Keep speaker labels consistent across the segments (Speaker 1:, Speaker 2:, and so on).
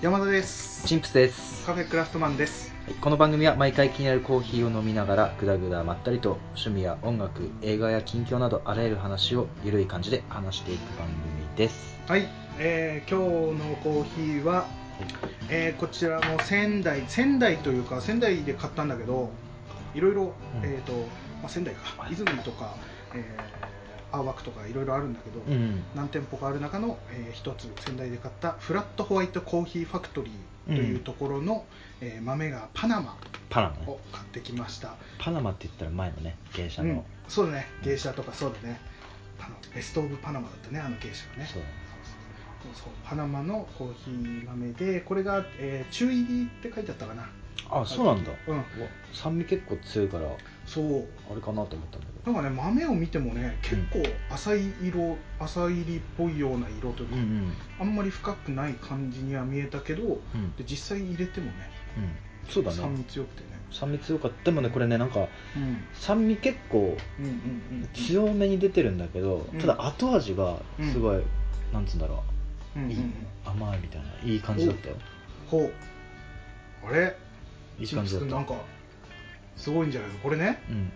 Speaker 1: 山田です
Speaker 2: チンプスです、
Speaker 1: カフェクラフトマンです
Speaker 2: はいこの番組は毎回気になるコーヒーを飲みながらぐだぐだまったりと趣味や音楽映画や近況などあらゆる話をゆるい感じで話していく番組です
Speaker 1: はい、えー今日のコーヒーは、えーこちらも仙台仙台というか仙台で買ったんだけどいろいろ、えーとまあ、仙台か泉とか、えー、青葉区とかいろいろあるんだけど、
Speaker 2: うん
Speaker 1: 何店舗かある中の、えー一つ仙台で買ったフラットホワイトコーヒーファクトリーというところの、えー豆がパナマ
Speaker 2: パナマね
Speaker 1: を買ってきました、
Speaker 2: パナマって言ったら前のね芸者
Speaker 1: う
Speaker 2: の、
Speaker 1: ん、そうだね芸者とかそうだねパナベスト・オブ・パナマだったねあの芸者がね
Speaker 2: そうだね
Speaker 1: そうそうパナマのコーヒー豆でこれが、えー中入りって書いてあったかな
Speaker 2: あそうなんだ
Speaker 1: うん
Speaker 2: うわ酸味結構強いからあ
Speaker 1: そう
Speaker 2: れかなと思ったんだけ
Speaker 1: なんかね豆を見てもね結構浅い色浅入りっぽいような色という
Speaker 2: ど
Speaker 1: か、
Speaker 2: ん
Speaker 1: あんまり深くない感じには見えたけど
Speaker 2: うんうん
Speaker 1: で実際入れてもね
Speaker 2: うんそうだ
Speaker 1: 酸味
Speaker 2: ね
Speaker 1: 強くてね
Speaker 2: 酸味強かったでもねこれねなんか
Speaker 1: うん
Speaker 2: 酸味結構
Speaker 1: うんうんうん
Speaker 2: 強めに出てるんだけど、
Speaker 1: うん
Speaker 2: ただ後味がすごい、なんつうんだろ
Speaker 1: うんう
Speaker 2: う、
Speaker 1: んう
Speaker 2: いい
Speaker 1: ん
Speaker 2: 甘いみたいないい感じだったよ
Speaker 1: ほうあれ
Speaker 2: いい感じだっ
Speaker 1: な
Speaker 2: た
Speaker 1: んかすごいんじゃないのこれね
Speaker 2: うん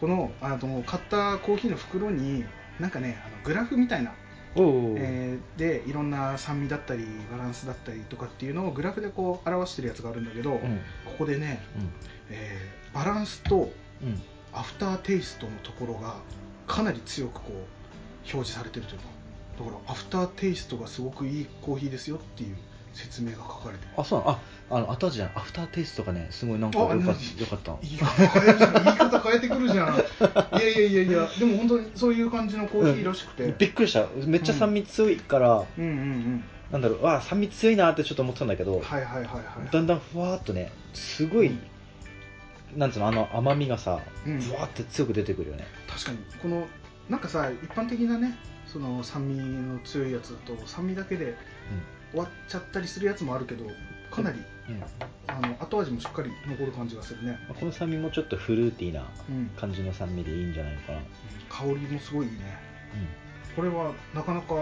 Speaker 1: このあの買ったコーヒーの袋になんかねあのグラフみたいな、
Speaker 2: おうおう
Speaker 1: えーでいろんな酸味だったりバランスだったりとかっていうのをグラフでこう表してるやつがあるんだけど、
Speaker 2: うん
Speaker 1: ここでね、えーバランスと
Speaker 2: うんうん
Speaker 1: アフターテイストのところがかなり強くこう表示されてるというかだからアフターテイストがすごくいいコーヒーですよっていう説明が書かれてる
Speaker 2: あそうなのああの後味じゃないアフターテイストがねすごいなんかよ
Speaker 1: あ
Speaker 2: か
Speaker 1: な
Speaker 2: よ
Speaker 1: に
Speaker 2: かったの
Speaker 1: 言い方変えるじゃん言い方変えてくるじゃんいやいやいやいやでも本当にそういう感じのコーヒーらし くて、
Speaker 2: びっくりしためっちゃ酸味強いから、
Speaker 1: うんうんうん
Speaker 2: なんだろうわあ酸味強いなってちょっと思ってたんだけど、
Speaker 1: はいはいはいはい
Speaker 2: だんだんふわーっとねすごい、なんつうのあの甘みがさ
Speaker 1: うん
Speaker 2: ふわーって強く出てくるよね、
Speaker 1: 確かにこのなんかさ一般的なねその酸味の強いやつだと酸味だけで終わっちゃったりするやつもあるけどかなり
Speaker 2: うんま
Speaker 1: あの後味もしっかり残る感じがするね、
Speaker 2: あこの酸味もちょっとフルーティーな
Speaker 1: うん、
Speaker 2: 感じの酸味でいいんじゃないのかな、
Speaker 1: 香りもすごいいいねこれはなかなか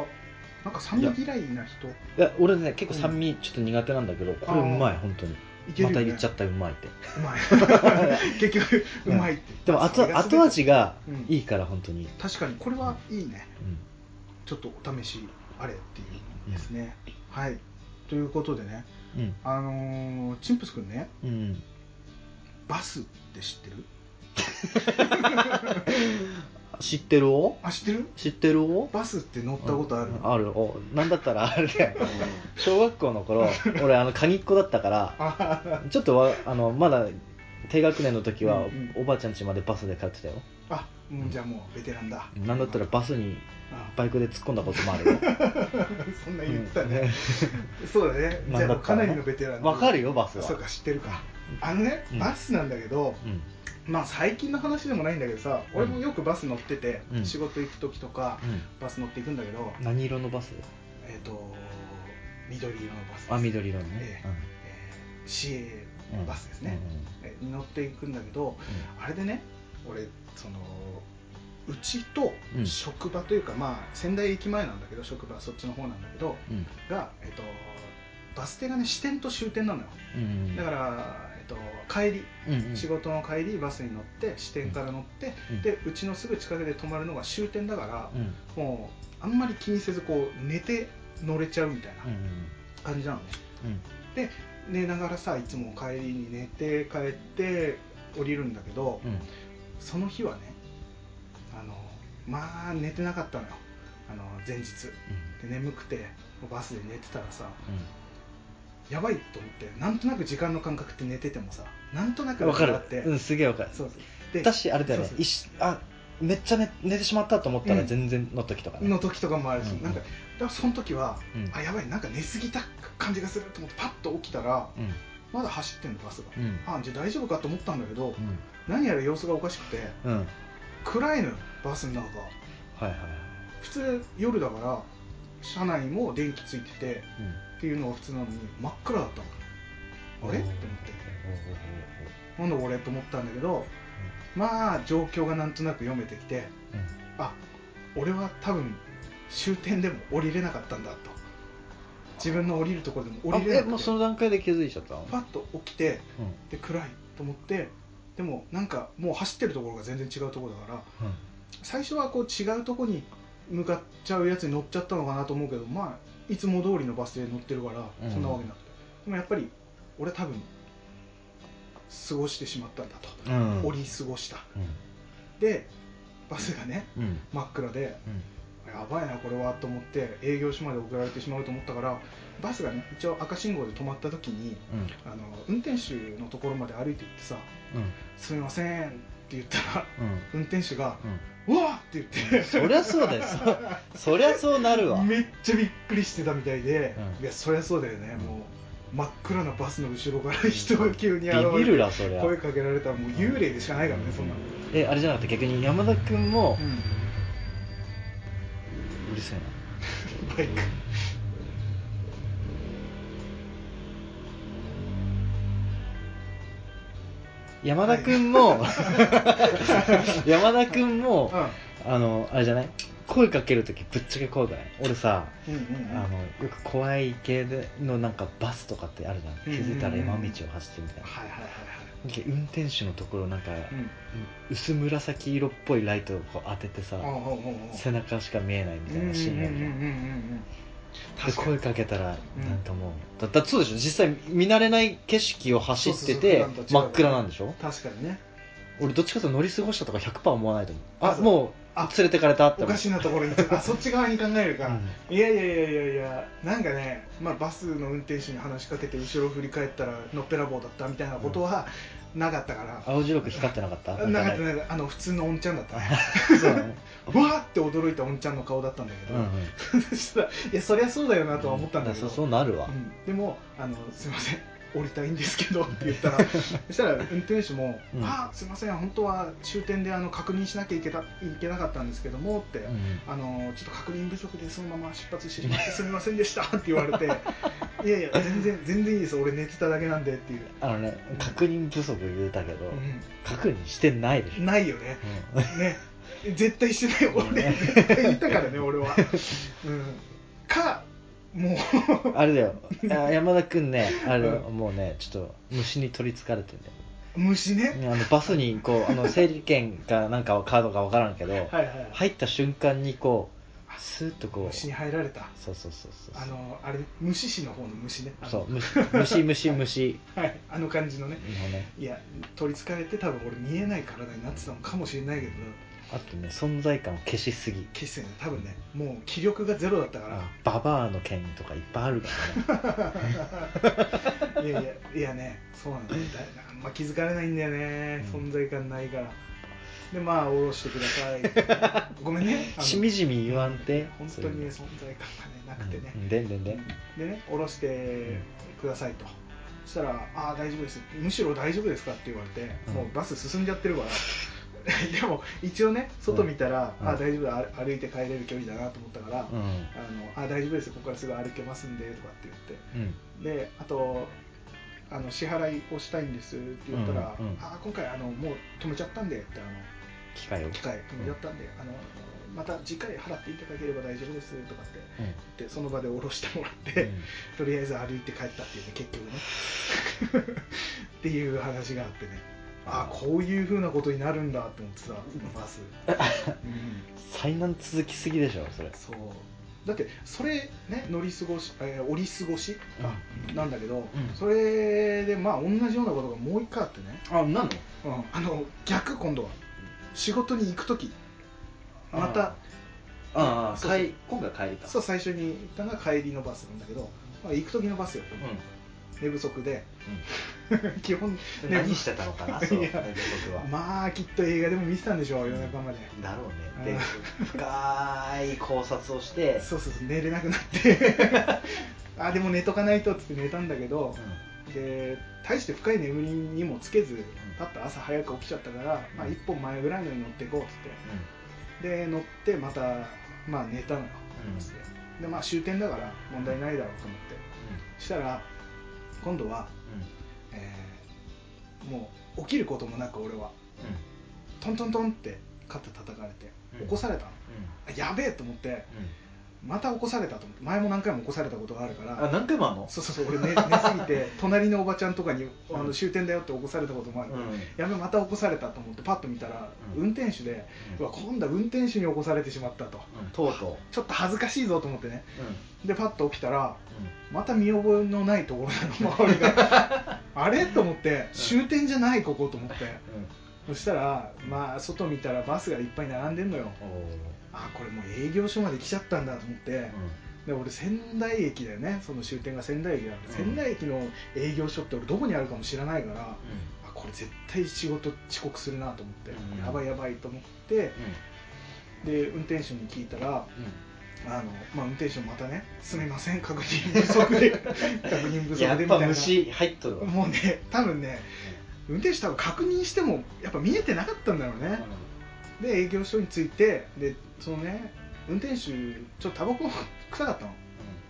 Speaker 1: なんか酸味嫌いな人い
Speaker 2: いや俺ね結構酸味ちょっと苦手なんだけど、これうまい本当に
Speaker 1: けるよ、ね、
Speaker 2: また入れちゃったうまいって
Speaker 1: うま い結局う
Speaker 2: うん
Speaker 1: まいって、
Speaker 2: でも
Speaker 1: それ
Speaker 2: 後
Speaker 1: が全て
Speaker 2: 後味が
Speaker 1: うん
Speaker 2: いいから本当に、
Speaker 1: 確かにこれはいいね
Speaker 2: うん
Speaker 1: ちょっとお試しあれっていうですね、はいということでね
Speaker 2: うん
Speaker 1: あのー、チンプスくんね
Speaker 2: うん、
Speaker 1: バスって知ってる
Speaker 2: 知ってるお
Speaker 1: あ知ってる
Speaker 2: 知ってるお
Speaker 1: バスって乗ったことある、
Speaker 2: あるおなんだったらあれだよ小学校の 頃俺あの鍵っ子だったから
Speaker 1: あ
Speaker 2: ちょっとわあのまだ低学年の時は、
Speaker 1: うんうん
Speaker 2: おばあちゃん家までバスで帰ってたよ
Speaker 1: あうんじゃあもうベテランだ
Speaker 2: なんだったらバスに
Speaker 1: あ
Speaker 2: バイクで突っ込んだこともあるよ
Speaker 1: そんな 言ったね、そうだねじゃあもうかなりのベテラン
Speaker 2: わか
Speaker 1: る
Speaker 2: るよバスは
Speaker 1: そうか知ってるかあのね
Speaker 2: うん
Speaker 1: バスなんだけど、
Speaker 2: うん
Speaker 1: まあ最近の話でもないんだけどさ俺もよくバス乗ってて、
Speaker 2: うん
Speaker 1: 仕事行く時とか
Speaker 2: う
Speaker 1: バス乗っていくんだけど、
Speaker 2: ん、何色のバス
Speaker 1: えっ、と緑色のバスです
Speaker 2: あ緑色のね
Speaker 1: え、えー、市営バスですね、えーに乗っていくんだけどあれでね俺そのうちと
Speaker 2: うん
Speaker 1: 職場というか、まあ仙台駅前なんだけど職場はそっちの方なんだけど
Speaker 2: うんうん
Speaker 1: が、えっとバス停がね支店と終点なのよ
Speaker 2: うんうん
Speaker 1: だから、えっと帰り
Speaker 2: うんうん
Speaker 1: 仕事の帰りバスに乗って支店から乗って、
Speaker 2: うん
Speaker 1: でうちのすぐ近くで泊まるのが終点だから
Speaker 2: う、ん
Speaker 1: もうあんまり気にせずこう寝て乗れちゃうみたいな
Speaker 2: うんうん
Speaker 1: 感じなのね、
Speaker 2: うん
Speaker 1: 寝ながらさいつも帰りに寝て帰って降りるんだけど、
Speaker 2: うん
Speaker 1: その日はねあのまあ寝てなかったのよあの前日で眠くてバスで寝てたらさやばいと思ってなんとなく時間の感覚って寝ててもさなんとな
Speaker 2: う
Speaker 1: く
Speaker 2: んわかる
Speaker 1: あって、
Speaker 2: うんすげえわかる
Speaker 1: そうそうで
Speaker 2: 私あれだよね
Speaker 1: そうそう
Speaker 2: 一しあめっちゃ寝寝てしまったと思ったら
Speaker 1: うん
Speaker 2: 全然の時とかね
Speaker 1: の時とかもあるし、
Speaker 2: うん
Speaker 1: なんかだからその時は、
Speaker 2: うん
Speaker 1: あやばいなんか寝すぎた感じがすると思ってパッと起きたら
Speaker 2: うん
Speaker 1: まだ走ってんのバスが、
Speaker 2: うん
Speaker 1: あじゃあ大丈夫かと思ったんだけど、
Speaker 2: うん
Speaker 1: 何やら様子がおかしくて
Speaker 2: うんはい
Speaker 1: 暗いのよバスの中が
Speaker 2: はいはい
Speaker 1: 普通夜だから車内も電気ついてて
Speaker 2: うん
Speaker 1: っていうのが普通なのに真っ暗だったのあれと思ってなんだ俺と思ったんだけどまあ状況がなんとなく読めてきて
Speaker 2: うんうん
Speaker 1: あ俺は多分終点でも降りれなかったんだと自分の降りるところでも降
Speaker 2: あ
Speaker 1: りれ
Speaker 2: え
Speaker 1: な
Speaker 2: も
Speaker 1: く
Speaker 2: う
Speaker 1: て
Speaker 2: その段階で気づいちゃったの
Speaker 1: パッと起きて
Speaker 2: うん
Speaker 1: で暗いと思ってでもなんかもう走ってるところが全然違うところだから
Speaker 2: うん
Speaker 1: 最初はこう違うとこに向かっちゃうやつに乗っちゃったのかなと思うけどまあいつも通りのバス停に乗ってるから
Speaker 2: うん
Speaker 1: そんなわけなくて、でもやっぱり俺は多分過ごしてしまったんだと、
Speaker 2: うん
Speaker 1: 折り過ごした
Speaker 2: うん
Speaker 1: でバスがね
Speaker 2: うん
Speaker 1: 真っ暗で
Speaker 2: うん
Speaker 1: やばいなこれはと思って営業所まで送られてしまうと思ったからバスがね一応赤信号で止まった時に
Speaker 2: うん
Speaker 1: あの運転手のところまで歩いて行ってさ
Speaker 2: うん
Speaker 1: 「すみません」って言ったら
Speaker 2: うん
Speaker 1: 運転手が
Speaker 2: うん
Speaker 1: 「うわっ!」って言って
Speaker 2: そりゃそう だよそそりゃそうなるわ
Speaker 1: めっちゃびっくりしてたみたいで、
Speaker 2: うん
Speaker 1: いやそりゃそうだよね、
Speaker 2: うん
Speaker 1: もう真っ暗なバスの後ろから人が急に現れ
Speaker 2: ビビる
Speaker 1: て
Speaker 2: なそりゃ
Speaker 1: 声かけられたらもう幽霊でしかないからね、そんなの、
Speaker 2: えあれじゃなくて逆に山田君も
Speaker 1: うん
Speaker 2: うるせえな
Speaker 1: バイク
Speaker 2: 山田君も山田君もあのあれじゃない声かけるときぶっちゃけこうだよ俺さ
Speaker 1: うんうんうん
Speaker 2: あのよく怖い系のなんかバスとかってあるじゃん気づいたら山道を走ってるみたいな
Speaker 1: はいはいはいはい
Speaker 2: で運転手のところなんか
Speaker 1: うん
Speaker 2: 薄紫色っぽいライトをこう当ててさ
Speaker 1: うんうんうんうん
Speaker 2: 背中しか見えないみたいなシーンあ
Speaker 1: うん
Speaker 2: るじゃ
Speaker 1: うんうんう
Speaker 2: ん
Speaker 1: んうん
Speaker 2: で
Speaker 1: 確かに
Speaker 2: 声かけたら
Speaker 1: うん
Speaker 2: なんかもうだだってそうでしょ実際見慣れない景色を走っ
Speaker 1: そ
Speaker 2: てて
Speaker 1: うそうそう
Speaker 2: 真っ暗なんでしょ
Speaker 1: 確かにね
Speaker 2: 俺どっちかというと乗り過ごしたとか100%思わないと思うあ
Speaker 1: あそう
Speaker 2: もう
Speaker 1: あ
Speaker 2: 連れてかれたって
Speaker 1: お
Speaker 2: 思う
Speaker 1: かしなところにあそっち側に考えるか、いやいやいやいやいやなんかね、まあ、バスの運転手に話しかけて後ろ振り返ったらのっぺらぼうだったみたいなことはなかったから、
Speaker 2: 青白く光ってなかった
Speaker 1: なかった
Speaker 2: ね
Speaker 1: なんかあの普通のおんちゃんだっ たね
Speaker 2: そうなの
Speaker 1: わーって驚いたおんちゃんの顔だったんだけ
Speaker 2: う
Speaker 1: ど、
Speaker 2: んうん
Speaker 1: そしたらいやそりゃそうだよなとは思ったんだけど、
Speaker 2: そうそうなるわ
Speaker 1: うんでもあの「すいません降りたいんです けど」って言ったらそしたら運転手も「
Speaker 2: うん
Speaker 1: あすいません本当は終点であの確認しなきゃいけたいけなかったんですけども」って、
Speaker 2: うん
Speaker 1: あの「ちょっと確認不足でそのまま出発してしまってすみませんでした」 って言われて「いやいや全然全然いいです俺寝てただけなんで」っていう、
Speaker 2: あのね確認不足言うたけど
Speaker 1: う
Speaker 2: 確認してないでしょ
Speaker 1: ん、ないよね
Speaker 2: うん
Speaker 1: ね絶対してない俺
Speaker 2: ね
Speaker 1: 絶対言ったからね俺は、うん、かも
Speaker 2: あれだ よあ山田君ねあれ、
Speaker 1: う
Speaker 2: もうねちょっと虫に取りつかれてるんだよ
Speaker 1: う 虫ね
Speaker 2: ねあのバスにこうあの整理券かなんかカードか分からんけど、
Speaker 1: はいはい、はい、
Speaker 2: 入った瞬間にこうスーッとこう
Speaker 1: 虫に入られた
Speaker 2: そうそうそうそう
Speaker 1: あのあれ虫師の方の虫ねあの
Speaker 2: そう虫虫虫虫
Speaker 1: はいあの感じのね
Speaker 2: のね
Speaker 1: いや取りつかれて多分俺見えない体になってたのかもしれないけど
Speaker 2: あとね存在感を消しすぎ
Speaker 1: 決してね多分ねもう気力がゼロだったから
Speaker 2: ババアの件とかいっぱいあるからね
Speaker 1: いやいやいやねそうなんだよだあんま気づかれないんだよね、
Speaker 2: うん
Speaker 1: 存在感ないからでまあ下ろしてください ごめんねあの
Speaker 2: しみじみ言わんて
Speaker 1: 本当にね存在感がねなくてね
Speaker 2: う、んでんでんでん
Speaker 1: でね下ろしてくださいと、そしたら「ああ大丈夫ですむしろ大丈夫ですか?」って言われて、
Speaker 2: うん
Speaker 1: もうバス進んじゃってるから でも一応ね外見たら「
Speaker 2: うん
Speaker 1: ああ大丈夫だあ歩いて帰れる距離だな」と思ったから「
Speaker 2: う
Speaker 1: あ
Speaker 2: ん
Speaker 1: のあー大丈夫ですここからすぐ歩けますんで」とかって言って
Speaker 2: うん
Speaker 1: であとあの支払いをしたいんですって言ったら「
Speaker 2: うんうん
Speaker 1: ああ今回あのもう止めちゃったんで」ってあの
Speaker 2: 機械を
Speaker 1: 機械止めちゃったんで、あのまた次回払っていただければ大丈夫ですとかって
Speaker 2: うん
Speaker 1: 言ってその場で降ろしてもらっ
Speaker 2: う
Speaker 1: て、
Speaker 2: ん
Speaker 1: とりあえず歩いて帰ったっていうね結局ね っていう話があってねああこういう風なことになるんだと思ってさバ ス、うん、
Speaker 2: 災難続きすぎでしょそれ
Speaker 1: そうだってそれね乗り過ごし、えー降り過ごし、あなんだけど、
Speaker 2: うん
Speaker 1: それでまあ同じようなことがもう一回あってね、
Speaker 2: あなの
Speaker 1: うん、あの逆今度は仕事に行く時また
Speaker 2: ああ
Speaker 1: そうそう
Speaker 2: 帰今回帰りか
Speaker 1: そう最初に行ったのが帰りのバスなんだけど、まあ、行く時のバスよ、
Speaker 2: うんうん
Speaker 1: 寝不足で 基本寝不
Speaker 2: 何
Speaker 1: 足
Speaker 2: してたのかなそう
Speaker 1: い
Speaker 2: 寝
Speaker 1: や
Speaker 2: 不足は
Speaker 1: まあきっと映画でも見てたんでしょう夜中まで、
Speaker 2: だろう
Speaker 1: う
Speaker 2: ね
Speaker 1: ん
Speaker 2: で深い考察をして
Speaker 1: そうそうそう寝れなくなって あでも寝とかないとっつって寝たんだけどで大して深い眠りにもつけずパッと朝早く起きちゃったから、まあ、1本前ぐらいのに乗っていこうっつってで乗ってまた、まあ、寝たのよ、
Speaker 2: うん
Speaker 1: つってでまあ終点だから問題ないだろうと思ってそしたら今度は、えーもう起きることもなく俺はトントントンって肩叩かれて起こされたの、あやべえと思ってまた起こされたと思って前も何回も起こされたことがあるか
Speaker 3: あ
Speaker 1: ら
Speaker 3: 何回もあんの
Speaker 1: そうそうそう俺寝寝すぎて隣のおばちゃんとかにあ
Speaker 3: う
Speaker 1: の
Speaker 3: ん
Speaker 1: 終点だよって起こされたこともある、
Speaker 3: うん
Speaker 1: やべまた起こされたと思ってパッと見たら、
Speaker 2: うん
Speaker 1: 運転手で、う
Speaker 2: う
Speaker 1: んわ今度は運転手に起こされてしまったと
Speaker 3: うんとうと
Speaker 1: ちょっと恥ずかしいぞと思ってね
Speaker 3: う、
Speaker 1: でパッと起きたら
Speaker 3: うん
Speaker 1: また見覚えのないところなの周り があれと思って終点じゃないここと思ってそしたらまあ外見たらバスがいっぱい並んでんのよ
Speaker 2: お
Speaker 1: あこれもう営業所まで来ちゃったんだと思って、で俺仙台駅だよねその終点が仙台駅だ、
Speaker 3: うん
Speaker 1: 仙台駅の営業所って俺どこにあるかも知らないから、あこれ絶対仕事遅刻するなと思って、
Speaker 3: うん
Speaker 1: やばいやばいと思ってで運転手に聞いたらあの、まあ、運転手もまたねすみません確認不足 で確認不足
Speaker 2: やっ
Speaker 1: でみた
Speaker 2: ぱ
Speaker 1: いな
Speaker 2: 虫入っとるわ
Speaker 1: もうね多分ね運転手多分確認してもやっぱ見えてなかったんだろうね、で営業所に着いてでそのね運転手ちょっとタバコ臭かったの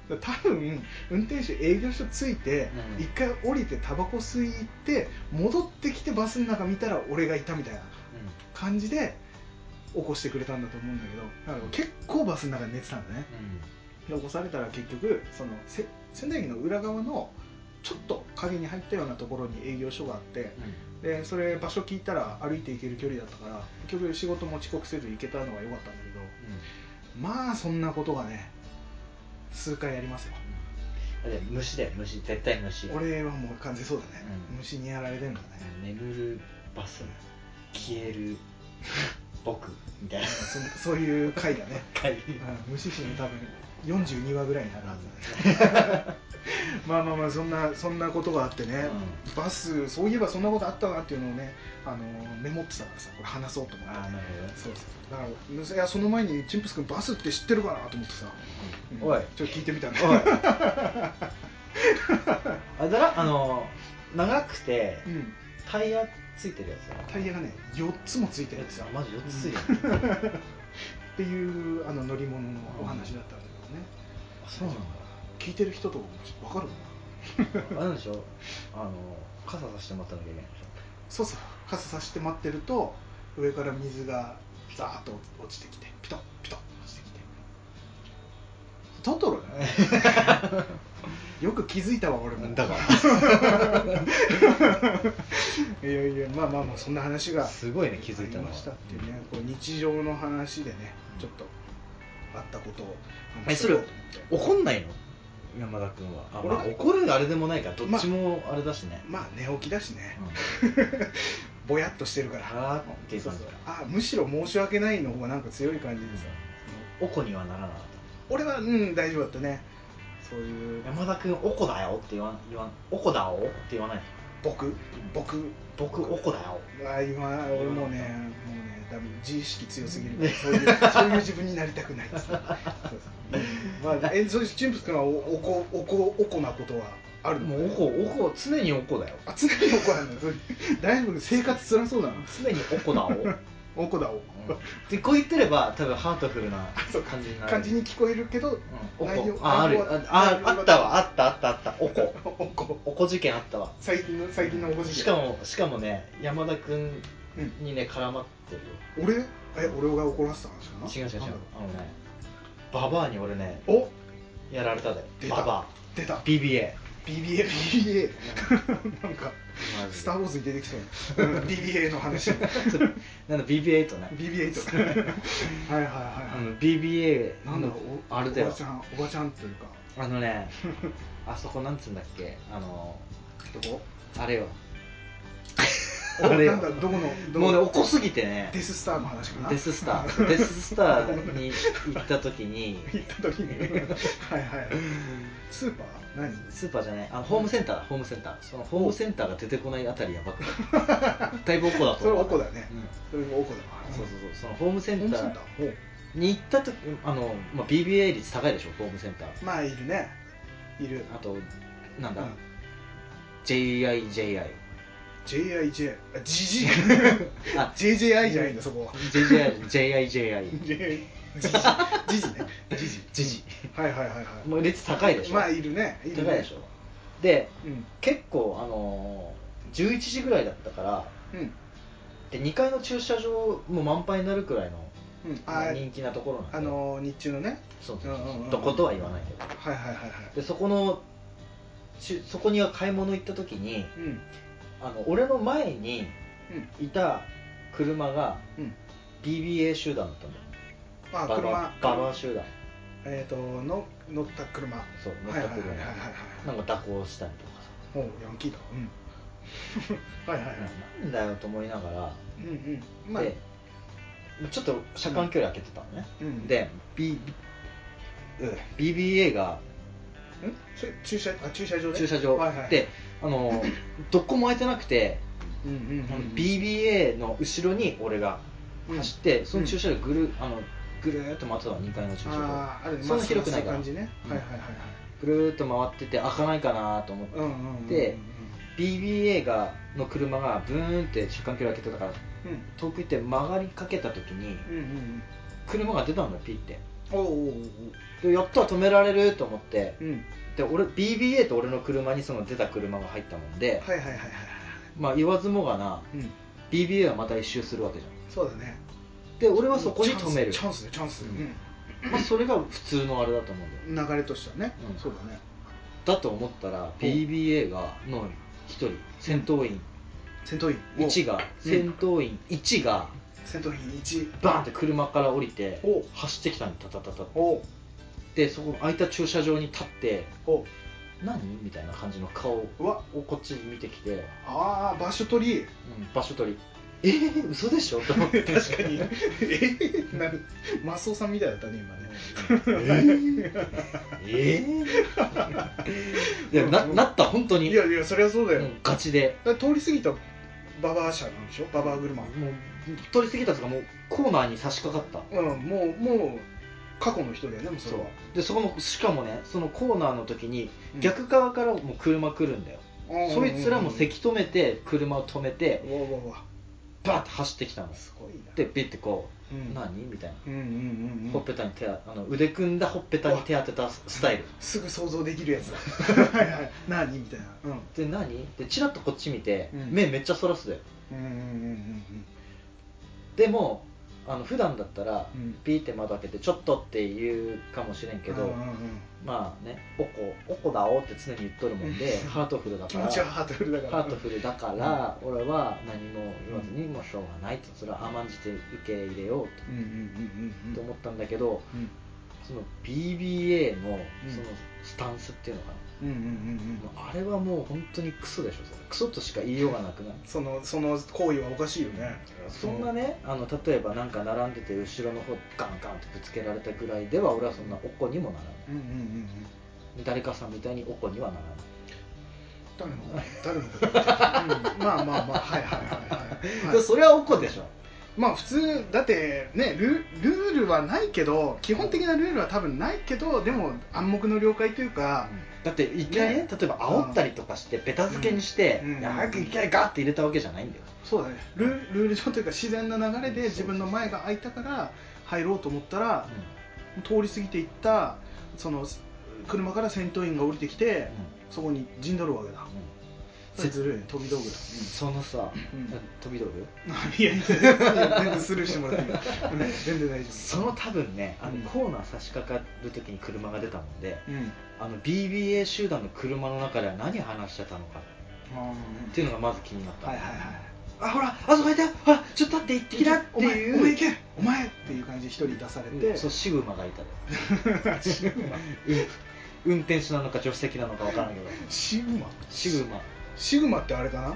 Speaker 1: だから多分運転手営業所着いて
Speaker 2: うん
Speaker 1: 一回降りてタバコ吸い行って戻ってきてバスの中見たら俺がいたみたいな感じで起こしてくれたんだと思うんだけどだから結構バスの中で寝てたんだねで起こされたら結局そのせ仙台駅の裏側のちょっと陰に入ったようなところに営業所があってでそれ場所聞いたら歩いて行ける距離だったから結局仕事も遅刻せず行けたのが良かったんだけどまあそんなことがね数回ありますよ
Speaker 2: 虫だよ虫絶対虫
Speaker 1: 俺はもう完全そうだね、
Speaker 2: うん
Speaker 1: 虫にやられてんだね、
Speaker 2: 眠るバス消える僕みたいな
Speaker 1: そそういう回だね、
Speaker 2: 回
Speaker 1: うん、虫師の多分42話ぐらいになるはずだ ねまあまあまあそんなそんなことがあってね、バスそういえばそんなことあったなっていうのをねあのメモってたからさこれ話そうと思って
Speaker 2: ああなる
Speaker 1: そうそうだからいやその前にチンプス君バスって知ってるかなと思ってさ、うん
Speaker 3: おい
Speaker 1: ちょっと聞いてみたんだ
Speaker 2: ほどおい あれだろあの長くて
Speaker 1: うん、
Speaker 2: タイヤついてるやつだろ
Speaker 1: タイヤがね4つもついてるん
Speaker 2: や
Speaker 1: です
Speaker 2: つ
Speaker 1: よ
Speaker 2: はマジ4つついてる
Speaker 1: っていうあの乗り物のお話だったんだけどね、
Speaker 2: あそうなんだ
Speaker 1: 聞いてる人と分かるかな
Speaker 2: あれなんでしょあの傘さしてもらったなきゃいけないでし
Speaker 1: そうそう傘さして待ってると上から水がザーッと落ちてきてピトッピトッ落ちてきてトトロだねよく気づいたわ俺も だからいやいやまあまあまあそんな話
Speaker 2: ょ
Speaker 1: が
Speaker 2: すごいね気づいた
Speaker 1: あり
Speaker 2: の
Speaker 1: ました
Speaker 2: は
Speaker 1: っていうね、これ日常の話でねちょっとあったことを
Speaker 2: え
Speaker 1: 話
Speaker 2: そ
Speaker 1: し
Speaker 2: れ
Speaker 1: ようと思って
Speaker 2: 怒んないの山田君はあ、まあ、
Speaker 1: 俺
Speaker 2: 怒るあれでもないからどっちもあれだしね、
Speaker 1: まあ寝起きだしね
Speaker 2: うん
Speaker 1: ぼやっとしてるから
Speaker 2: あーっていう
Speaker 1: そう
Speaker 2: 感
Speaker 1: そ
Speaker 2: じ
Speaker 1: う
Speaker 2: か
Speaker 1: あむしろ申し訳ないの方がなんか強い感じでさ、
Speaker 2: おこにはならなかっ
Speaker 1: 俺はうん大丈夫だったねそういう
Speaker 2: た山田君おこだよって言わん言わんおこだおって言わないの
Speaker 1: 僕僕
Speaker 2: 僕おこだよ
Speaker 1: あ今俺もうねもうねダメ自意識強すぎるからそういう そういう自分になりたくないです、ね、そうそうまあえそういうチンプス君はおおこおこおこなことはあるの
Speaker 2: もうおこおこ常におこだよ
Speaker 1: あ常におこなんだそれ大丈夫生活つらそうだな
Speaker 2: 常に おこだおうん
Speaker 1: おこだお、
Speaker 2: でこう言ってれば多分ハートフルな
Speaker 1: そう
Speaker 2: 感じになる
Speaker 1: 感じに聞こえるけど、
Speaker 2: うん、
Speaker 1: 内
Speaker 2: お
Speaker 1: 容
Speaker 2: こああ
Speaker 1: 内
Speaker 2: る
Speaker 1: 容は
Speaker 2: あ
Speaker 1: 内容
Speaker 2: あ
Speaker 1: は
Speaker 2: あったわあったあったあったおこ
Speaker 1: おこ
Speaker 2: おこ事件あったわ
Speaker 1: 最近の最近のおこ事件
Speaker 2: しかもしかもね山田君
Speaker 1: うん
Speaker 2: にね絡まってるよ
Speaker 1: 俺え俺が怒らせた話かな
Speaker 2: 違う違う違う
Speaker 1: なんだろ
Speaker 2: あのねババアに俺ね
Speaker 1: うお
Speaker 2: やられただよ
Speaker 1: 出た
Speaker 2: ババ
Speaker 1: 出た
Speaker 2: ア BBA
Speaker 1: BBA、BBA、なんか、スター・ウォーズに出てきそうや な、BBA の話、
Speaker 2: なんだ BBA とね
Speaker 1: BBA とか、はいはい
Speaker 2: あ
Speaker 1: は
Speaker 2: の BBA
Speaker 1: い、なんだ
Speaker 2: の
Speaker 1: ろう、お
Speaker 2: あれだ
Speaker 1: お
Speaker 2: よ
Speaker 1: ばちゃん、おばちゃんというか、
Speaker 2: あのねあそこなんつうんだっけあの
Speaker 1: どこ
Speaker 2: あれよ
Speaker 1: お
Speaker 2: あれよ
Speaker 1: なんだ、どこの、ど
Speaker 2: も
Speaker 1: こ
Speaker 2: うね
Speaker 1: の、
Speaker 2: 怒すぎてね
Speaker 1: デス・スターの話かな、
Speaker 2: デススターデススターに行った時に
Speaker 1: 行った時に、はいはい、スーパー、何
Speaker 2: スーパーじゃないあのホームセンターだホームセンターそのホームセンターが出てこないあたりやばくないだいぶおこだと
Speaker 1: それ、
Speaker 2: 思
Speaker 1: お
Speaker 2: う
Speaker 1: こだよね
Speaker 2: う、ん
Speaker 1: それもおこだわ、
Speaker 2: そうそうそうそのホームセ
Speaker 1: ホー
Speaker 2: ン
Speaker 1: ム
Speaker 2: タ
Speaker 1: セン
Speaker 2: ー
Speaker 1: ター、ほう
Speaker 2: に行った時あの、まあ、BBA 率高いでしょホームセンター
Speaker 1: まあ、いるね、いる、
Speaker 2: あとなんだ、
Speaker 1: うん
Speaker 2: JIJI
Speaker 1: JIJ、あ、GG、
Speaker 2: あ
Speaker 1: JJI じゃないんだ、そこは。
Speaker 2: JJI JIJI
Speaker 1: ジジジジねジジ
Speaker 2: ジジ
Speaker 1: はいはいはいはい
Speaker 2: もう率高いでしょ、
Speaker 1: まあいるねいるね
Speaker 2: 高いでしょで
Speaker 1: うん
Speaker 2: 結構あのー11時ぐらいだったから
Speaker 1: うん
Speaker 2: で2階の駐車場も満杯になるくらいの
Speaker 1: うん
Speaker 2: まあ
Speaker 1: あ
Speaker 2: 人気なところなんで
Speaker 1: あの日中のね
Speaker 2: そうそうそう
Speaker 1: うんうんうん
Speaker 2: とことは言わないけど
Speaker 1: はいはいはいはい
Speaker 2: でそこのちそこには買い物行った時に
Speaker 1: うん
Speaker 2: あの俺の前に
Speaker 1: うん
Speaker 2: いた車が
Speaker 1: うん
Speaker 2: BBA 集団だったんだよ
Speaker 1: あ
Speaker 2: バ
Speaker 1: 車
Speaker 2: バババア集団
Speaker 1: えっ、との乗った車は
Speaker 2: そう
Speaker 1: い
Speaker 2: 乗っ
Speaker 1: はい
Speaker 2: た
Speaker 1: はいはい
Speaker 2: 車
Speaker 1: はいはい
Speaker 2: なんか蛇行したりとかさ
Speaker 1: もうヤンキーだうん はいはいはい
Speaker 2: なんだよと思いながら、
Speaker 1: うんうんまあ
Speaker 2: でちょっと車間距離開けてたのね、
Speaker 1: うん
Speaker 2: で、B
Speaker 1: うん
Speaker 2: BBA が
Speaker 1: んそれ駐車あ駐車場で
Speaker 2: 駐車場、
Speaker 1: はいはい、
Speaker 2: であのどこも空いてなくて、
Speaker 1: うんうんうん
Speaker 2: あの BBA の後ろに俺が走って、
Speaker 1: うん
Speaker 2: その駐車場ぐるあのぐるーっと回ってたの2階の駐車
Speaker 1: あーあ
Speaker 2: 場
Speaker 1: るね
Speaker 2: そんな広くないから、
Speaker 1: まあそういう感じね、はいはいはいはい
Speaker 2: ぐるーっと回ってて開かないかなと思って、
Speaker 1: うんうんうん
Speaker 2: で BBA がの車がブーンって車間距離開けてたから
Speaker 1: うん
Speaker 2: 遠く行って曲がりかけた時に
Speaker 1: うんうんうん
Speaker 2: 車が出たんだよピッて
Speaker 1: おうおうおう
Speaker 2: でやったら止められると思って
Speaker 1: おううん
Speaker 2: で俺 BBA と俺の車にその出た車が入ったもんで、
Speaker 1: はいはいはいはいはい
Speaker 2: まあ言わずもがな
Speaker 1: うん
Speaker 2: BBA はまた一周するわけじゃん
Speaker 1: そうだね
Speaker 2: で俺はそこに止める
Speaker 1: チャンスチャンスねチャンス、うん
Speaker 2: まあ、それが普通のあれだと思うんだよ
Speaker 1: 流れとしてはね、
Speaker 2: うん
Speaker 1: そうだね
Speaker 2: だと思ったら BBA がの一人戦闘員
Speaker 1: 戦闘員
Speaker 2: 1が戦
Speaker 1: 戦
Speaker 2: 闘員1が
Speaker 1: 戦闘員一
Speaker 2: バーンって車から降りて
Speaker 1: お
Speaker 2: 走ってきたんだタタタタって
Speaker 1: おう
Speaker 2: でそこの空いた駐車場に立って
Speaker 1: おう
Speaker 2: 何みたいな感じの顔を
Speaker 1: うわ
Speaker 2: こっちに見てきて、
Speaker 1: ああ場所取り
Speaker 2: うん、場所取りえー、嘘でしょと思っ て
Speaker 1: 確か にえ ーなるマスオさんみたいだったね今ね
Speaker 2: えー、いやななった本当に
Speaker 1: いやいやそりゃそうだよ、
Speaker 2: もうガチで
Speaker 1: だから通り過ぎたババア車なんでしょババア車
Speaker 2: もう通り過ぎたとかもうコーナーに差し掛かった
Speaker 1: うんもうもう過去の人だよねもうそれは
Speaker 2: でそこもしかもねそのコーナーの時に
Speaker 1: うん
Speaker 2: 逆側からもう車来るんだよ、そいつらもせき止めて車を止めて
Speaker 1: うわうわうわ
Speaker 2: バーって走ってきたの
Speaker 1: すごいな
Speaker 2: でビッてこ
Speaker 1: う
Speaker 2: う「
Speaker 1: ん
Speaker 2: 何?」みたいな、
Speaker 1: うんうんうんうん
Speaker 2: ほっぺたに手ああの腕組んだほっぺたに手当てたスタイル
Speaker 1: すぐ想像できるやつだはいはい何みたいなうん
Speaker 2: で何でチラッとこっち見て、
Speaker 1: うん
Speaker 2: 目めっちゃそらすだよ
Speaker 1: うんうんうん
Speaker 2: でもあの普段だったら、
Speaker 1: うん
Speaker 2: ピーって窓開けて「ちょっと」って言うかもしれんけど、
Speaker 1: うんうんうん
Speaker 2: まあね「おこ」「おこだお」って常に言っとるもんで、
Speaker 1: うん
Speaker 2: ハートフルだか
Speaker 1: 気
Speaker 2: ら
Speaker 1: 持ちはハートフルだから
Speaker 2: ハートフルだから、俺は何も言わずにもうしょうがないとそれは甘んじて受け入れようと,、
Speaker 1: うんうんうんうんうん
Speaker 2: 思ったんだけど
Speaker 1: うん
Speaker 2: その BBA の
Speaker 1: うん
Speaker 2: そのスタンスっていうのか
Speaker 1: うんうん
Speaker 2: な、
Speaker 1: うんうん
Speaker 2: もうあれはもう本当にクソでしょそれクソとしか言いようがなくない
Speaker 1: そのその行為はおかしいよね
Speaker 2: そんなねあの例えばなんか並んでて後ろの方ガンガンってぶつけられたぐらいでは俺はそんなおこにもならない
Speaker 1: うんうんうんうん
Speaker 2: 誰かさんみたいにおこにはならない
Speaker 1: 誰の誰のことだ、うん、まあまあまあはいはいはい、はい
Speaker 2: で、それはおこでしょ
Speaker 1: まあ普通だってねルルールはないけど基本的なルールは多分ないけどでも暗黙の了解というか、
Speaker 2: だって一回ね
Speaker 1: ね
Speaker 2: 例えば煽ったりとかしてベタ付けにして、
Speaker 1: うんうん
Speaker 2: いや早く一回ガッて入れたわけじゃないんだよ
Speaker 1: そうだねルールール上というか自然な流れで
Speaker 2: そうそう
Speaker 1: 自分の前が空いたから入ろうと思ったら通り過ぎていったその車から戦闘員が降りてきて、そこに陣取るわけだ
Speaker 2: せ
Speaker 1: ずるい飛び道具だ、
Speaker 2: そのさ、
Speaker 1: うん
Speaker 2: 飛び道具
Speaker 1: いやいや全然スルーしてもらっていいようん全然大丈
Speaker 2: その多分ねあの
Speaker 1: うん
Speaker 2: コーナー差し掛かる時に車が出たもんで、
Speaker 1: 夫うん
Speaker 2: あの BBA 集団の車の中では何話してたのかっていうのがまず気になった、
Speaker 1: はいはいはい
Speaker 2: あほらあそこいたほらちょっと立って行ってきなって
Speaker 1: お前
Speaker 2: いう
Speaker 1: お前行けお前っていう感じで一人出されて、
Speaker 2: うんそうシグマがいたでうん運転手なのか助手席なのか分からんけど
Speaker 1: シグマ
Speaker 2: シグマ
Speaker 1: シグマってあれかな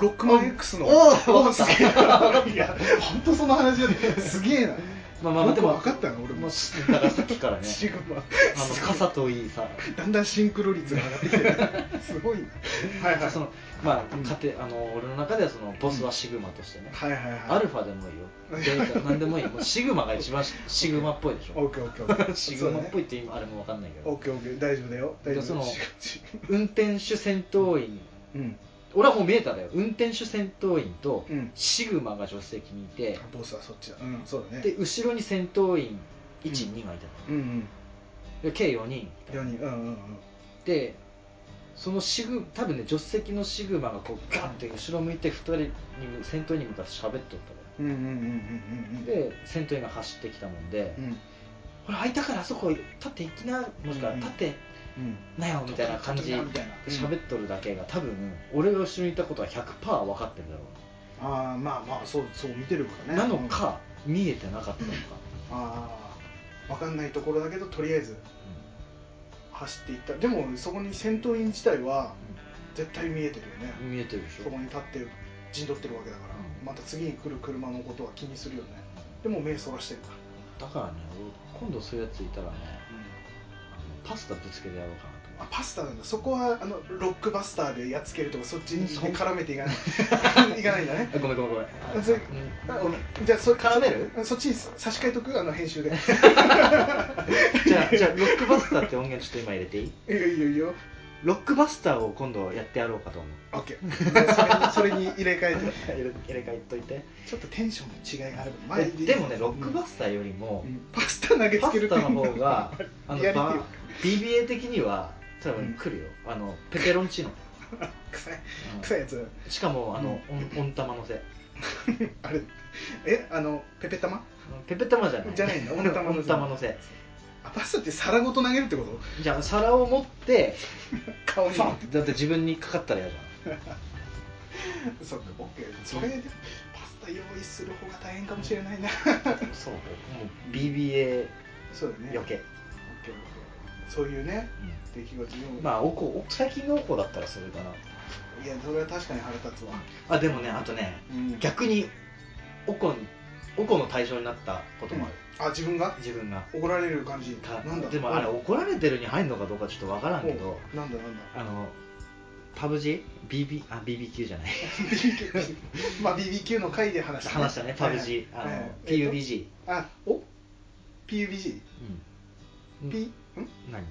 Speaker 1: ロックマン X の
Speaker 2: おお
Speaker 1: おすげえ ないや本当その話だ ねすげえな
Speaker 2: まあまあまあでも
Speaker 1: 分かったの俺
Speaker 2: も
Speaker 1: も
Speaker 2: うだからさっきからね
Speaker 1: シグマ
Speaker 2: あの傘といいさ
Speaker 1: だんだんシンクロ率が上がってきて るすごいなはいはい
Speaker 2: そのまあ
Speaker 1: うん
Speaker 2: 家庭あの俺の中ではそのボスはシグマとしてね、
Speaker 1: はいはいはい
Speaker 2: アルファでもいいよ、データなんでもいいよ、もうシグマが一番シシグマっぽいでし
Speaker 1: オ
Speaker 2: ょ、
Speaker 1: ッケーオッケーオッケー
Speaker 2: シグマっぽい
Speaker 1: い
Speaker 2: って今あれも分かんないけ
Speaker 1: オ
Speaker 2: ど、
Speaker 1: ッケーオッケー大丈夫だよ大丈夫
Speaker 2: じゃあその
Speaker 1: シグ
Speaker 2: 運転手戦闘員、
Speaker 1: マうん
Speaker 2: 俺はもう見えただよ、運転手戦闘員と
Speaker 1: うん
Speaker 2: シグマが助手席にいて、
Speaker 1: ボスはそっちだうんそうだね
Speaker 2: で後ろに戦闘員1、
Speaker 1: うん
Speaker 2: 2がいたの
Speaker 1: うんうん
Speaker 2: で計4人
Speaker 1: 4人うんうんうん
Speaker 2: でそのシグ多分ね助手席のシグマがこうガンって後ろ向いて2人に戦闘員に向かって喋っとったのよ
Speaker 1: うんうんうんうんうんうん
Speaker 2: で戦闘員が走ってきたもんで、
Speaker 1: うん
Speaker 2: ほら開いたからあそこ立って行きなもしくは立って
Speaker 1: うん
Speaker 2: なよみたいな感じで
Speaker 1: みたいな
Speaker 2: 喋っとるだけが多分俺が後ろにいたことは100%分かってるだろ
Speaker 1: ああまあまあそうそう見てるから
Speaker 2: う、
Speaker 1: ね
Speaker 2: なのか見えてなかったのか、
Speaker 1: ああ分かんないところだけどとりあえず走っていったでもそこに戦闘員自体は絶対見えてるよね、
Speaker 2: うん見えてるでしょ
Speaker 1: そこに立って陣取ってるわけだから、
Speaker 2: うん
Speaker 1: また次に来る車のことは気にするよねでも目そらしてるから、
Speaker 2: だからね俺今度そういうやついたらねあのパスタぶつけてやろうかなと思って
Speaker 1: あパスタなんだそこはあのロックバスターでやっつけるとかそっちに
Speaker 2: そう
Speaker 1: 絡めていかない いかないんだね
Speaker 2: あごめんごめんごめん
Speaker 1: あそれ
Speaker 2: うん
Speaker 1: あ
Speaker 2: ごめん
Speaker 1: じゃあそ
Speaker 2: 絡める
Speaker 1: そそっちに差し替えとくあの編集で
Speaker 2: じゃあじゃあロックバスターって音源ちょっと今入れていい
Speaker 1: いいよいいよいいよ
Speaker 2: ロックバスターを今度やってやろうかと思う
Speaker 1: OK じゃあそれにそれに入れ替えて
Speaker 2: 入れ入れ替えといて
Speaker 1: ちょっとテンションの違いがある
Speaker 2: えでもねロックバ
Speaker 1: ス、
Speaker 2: スターよりも、
Speaker 1: うんパスタ投げつ
Speaker 2: パ
Speaker 1: ける
Speaker 2: ス
Speaker 1: って
Speaker 2: タ
Speaker 1: い
Speaker 2: の方があの
Speaker 1: リアリティ
Speaker 2: ば BBA 的には多分来るよ、あのペペロンチーノ、
Speaker 1: 臭い
Speaker 2: うん
Speaker 1: 臭いやつ
Speaker 2: しかもあの、温温玉のせ
Speaker 1: あれえあのペペ玉
Speaker 2: ペペ玉じゃない
Speaker 1: じゃないんだ温玉のせ
Speaker 2: 温玉のせ
Speaker 1: あパスタって皿ごと投げるってこと
Speaker 2: じゃあ皿を持って
Speaker 1: 顔に
Speaker 2: ファンってだって自分にかかったら嫌じゃん
Speaker 1: そっかオッケーそれパスタ用意する方が大変かもしれないな
Speaker 2: そうもう BBA
Speaker 1: そうだねオッケーオ
Speaker 2: 余計、
Speaker 1: ッケーそういうね出来事に
Speaker 2: まあおこお最近のおこだったらそれかない
Speaker 1: やそれは確かに腹立つわ、
Speaker 2: あでもねあとね
Speaker 1: うん
Speaker 2: 逆におこおこの対象になったこともある、
Speaker 1: あ自分が
Speaker 2: 自分が
Speaker 1: 怒られる感じ
Speaker 2: た
Speaker 1: なんだ
Speaker 2: でもあれ怒られてるに入るのかどうかちょっとわからんけど、
Speaker 1: おなんだなんだ
Speaker 2: あのパブ GBB あ BBQ じゃない
Speaker 1: BBQ まあ BBQ の回で話した、
Speaker 2: 話したねパブ G あ
Speaker 1: はい
Speaker 2: の
Speaker 1: はいはいえっと
Speaker 2: PUBG
Speaker 1: あお PUBG?
Speaker 2: うん
Speaker 1: P? ん
Speaker 2: 何